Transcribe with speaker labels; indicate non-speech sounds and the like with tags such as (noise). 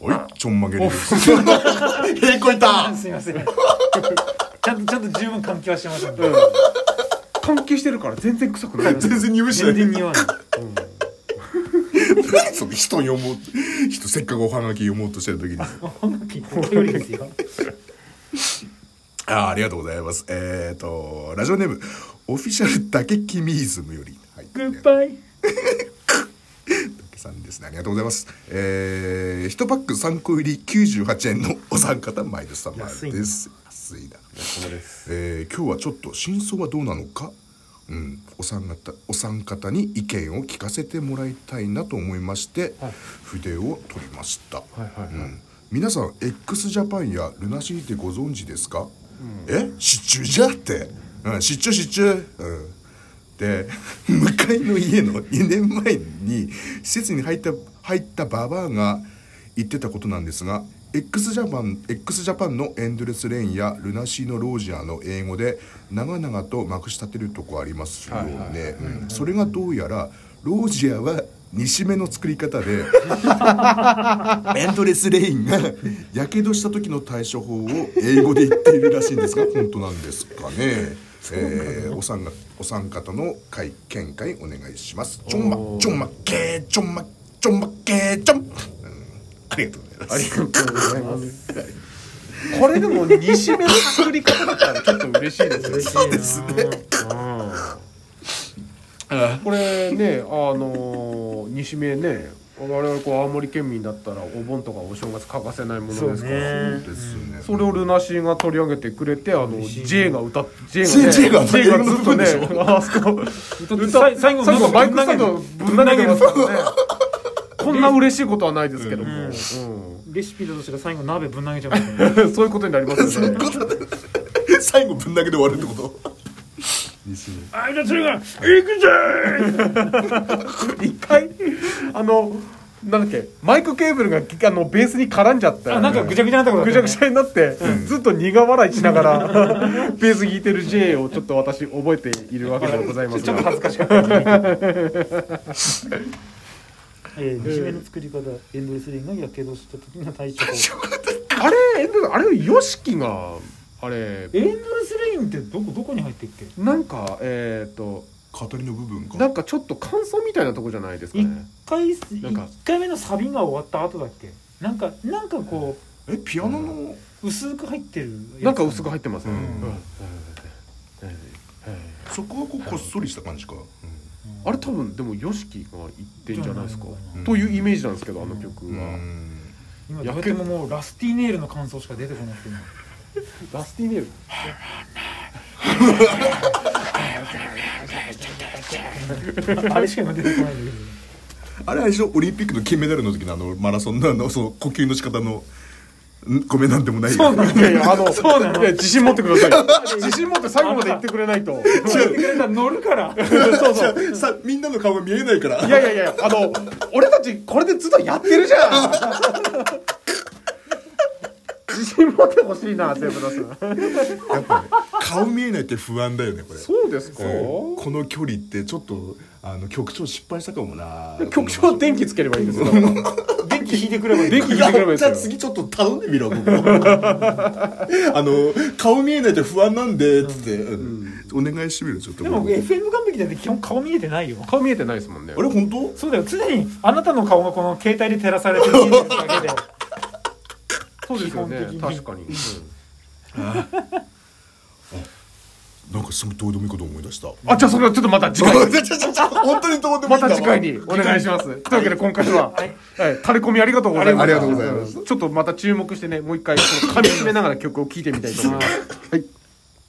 Speaker 1: おいちょんまげです (laughs) へいこいた
Speaker 2: すいませんちゃんとちゃんと十分換気はしてますんで、
Speaker 3: 関係してるから全然臭く (laughs) ない
Speaker 1: 全然匂いしな
Speaker 2: 全
Speaker 1: い
Speaker 2: 然匂わない
Speaker 1: 何 (laughs) その人読もうって人せっかくおはがき読もうとしてる時に
Speaker 2: (laughs) ほんまにお便りですよ
Speaker 1: あーありがとうございますえっ、ー、とラジオネームオフィシャルだけキミイズムより、はい、
Speaker 2: グッバイ
Speaker 1: さんですねありがとうございますえー、1パック3個入り98円のお三方マイル様です
Speaker 2: 安い
Speaker 1: 安い
Speaker 2: な
Speaker 1: な
Speaker 3: そうです
Speaker 1: えー今日はちょっと真相はどうなのか、うん、お三方お三方に意見を聞かせてもらいたいなと思いまして、筆を取りました、
Speaker 3: はいはいはい
Speaker 1: うん、皆さん x ジャパンやルナシーってご存知ですか、えシチューじゃって、うん、シチューシチュー、うん、で (laughs) 向かいの家の2年前に施設に入った入ったババアが言ってたことなんですが x ジャパン x ジャパンの「エンドレスレイン」や「ルナシーのロージア」の英語で長々とまくし立てるとこありますよねうんそれがどうやらロージアは西目の作り方でエンドレスレインがやけどした時の対処法を英語で言っているらしいんですが本当なんですかね。えー、お三がお三方の会見解お願いします。ちょんまちょんまけーちょんまちょんまけーちょん、うん。ありがとうございます。
Speaker 3: ありがとうございますこれでも西目の作り方だったらちょっと嬉しいですね
Speaker 1: そうですね。
Speaker 3: これねあのー西目ね我々こう青森県民だったらお盆とかお正月欠かせないものですから
Speaker 2: そうね
Speaker 1: そうですね。
Speaker 3: それをルナシーが取り上げてくれてあの J が歌っ (laughs) J が
Speaker 1: J が
Speaker 3: J がずっとね
Speaker 1: 英語の部分でしょ
Speaker 3: あそこ
Speaker 2: 歌ってさい最後
Speaker 3: 最後バイク
Speaker 2: ぶん投
Speaker 3: サ
Speaker 2: げる
Speaker 3: イドぶん投げてますからねこんな嬉しいことはないですけども、
Speaker 2: うん
Speaker 3: う
Speaker 2: レシピだとしたら最後鍋ぶん投げちゃうんだよね
Speaker 3: ん (laughs) そういうことになりますよね
Speaker 1: 最後ぶん投げで終わるってこと。西目
Speaker 2: あいだそれが行くぜ
Speaker 3: 一回あのなんだっけマイクケーブルがあのベースに絡んじゃって
Speaker 2: ーあなんかぐちゃぐちゃになったことあ
Speaker 3: ぐ
Speaker 2: っ
Speaker 3: ち
Speaker 2: た
Speaker 3: ゃ
Speaker 2: よね
Speaker 3: ぐちゃになって、ずっと苦笑いしながら (laughs) ベース弾いてる J をちょっと私覚えているわけでございます
Speaker 2: ちょっと恥ずかしかったですねえー、西目の作り方エンドレスレインがやけどした時の対処法
Speaker 3: あれでもあれヨシキがあれ
Speaker 2: エンドレスレインってどこどこに入ってっけ
Speaker 3: なんかえっ、と
Speaker 1: 語りの部分
Speaker 3: な
Speaker 1: か。
Speaker 3: んかちょっと感想みたいなとこじゃないですか
Speaker 2: 一
Speaker 3: ね
Speaker 2: 回一
Speaker 3: なんか
Speaker 2: 回目のサビが終わった後だっけなんかなんかこ
Speaker 1: えピアノの
Speaker 2: う薄く入ってるやつ
Speaker 3: なんか薄く入ってますね、
Speaker 1: うん
Speaker 3: うん
Speaker 1: そこはこうこっそりした感じか。う
Speaker 3: あれ多分でもヨシキが言ってんじゃないですか、
Speaker 1: うん
Speaker 3: というイメージなんですけどあの曲は、
Speaker 1: ん。
Speaker 2: 今どうやってももうラスティネイルの感想しか出てこなくて今
Speaker 3: ラスティネル (laughs)
Speaker 2: ああれしか今出てこないんだけど
Speaker 1: あれあれでしょオリンピックの金メダルの時のあのマラソンのあのその呼吸の仕方のんごめんなんでもないよ
Speaker 3: そうなんだよあの
Speaker 2: そうなの
Speaker 3: いや自信持ってください自信持って最後まで言ってくれないと
Speaker 2: 乗ってくれたら乗るから
Speaker 3: そう
Speaker 1: じ
Speaker 3: そ
Speaker 1: ゃ
Speaker 3: う
Speaker 1: あさみんなの顔が見えないから
Speaker 3: いやいやいやあの俺たちこれでずっとやってるじゃん自信持ってほしいなゼブラさん
Speaker 1: やっぱね顔見えないって不安だよねこれ
Speaker 3: そうですか
Speaker 1: うんこの距離ってちょっとあの局長失敗したかもな
Speaker 3: 局長電気つければいいんですよ
Speaker 2: 電気引いてくればいい
Speaker 3: 電気引いてくればいい
Speaker 1: じゃあ
Speaker 3: ですよ
Speaker 1: 次ちょっと頼んでみろここあ
Speaker 3: (laughs)
Speaker 1: の顔見えないって不安なんでつって、うんお願いしてみるちょっと
Speaker 2: でも FM 完璧だって基本顔見えてないよ
Speaker 3: 顔見えてないですもんね
Speaker 1: あれ本当
Speaker 2: そうだよ常にあなたの顔がこの携帯で照らされてるっていうだけで
Speaker 3: (laughs) そうですよね
Speaker 2: 基本的に
Speaker 3: 確かに、
Speaker 1: なんかすごいどうでもいいこと思い出した
Speaker 3: (laughs) あじゃあそれはちょっとまた次回
Speaker 1: ちょちょちょちょ本当にどうでもい
Speaker 3: ま
Speaker 1: いんだわ
Speaker 3: た次回にお願いします。というわけで今回は、はい、垂れ込みありがとうございました。
Speaker 1: ありがとうございます
Speaker 3: (laughs) ちょっとまた注目してね、もう一回、その噛み締めながら曲を聴いてみたいと思います。はい。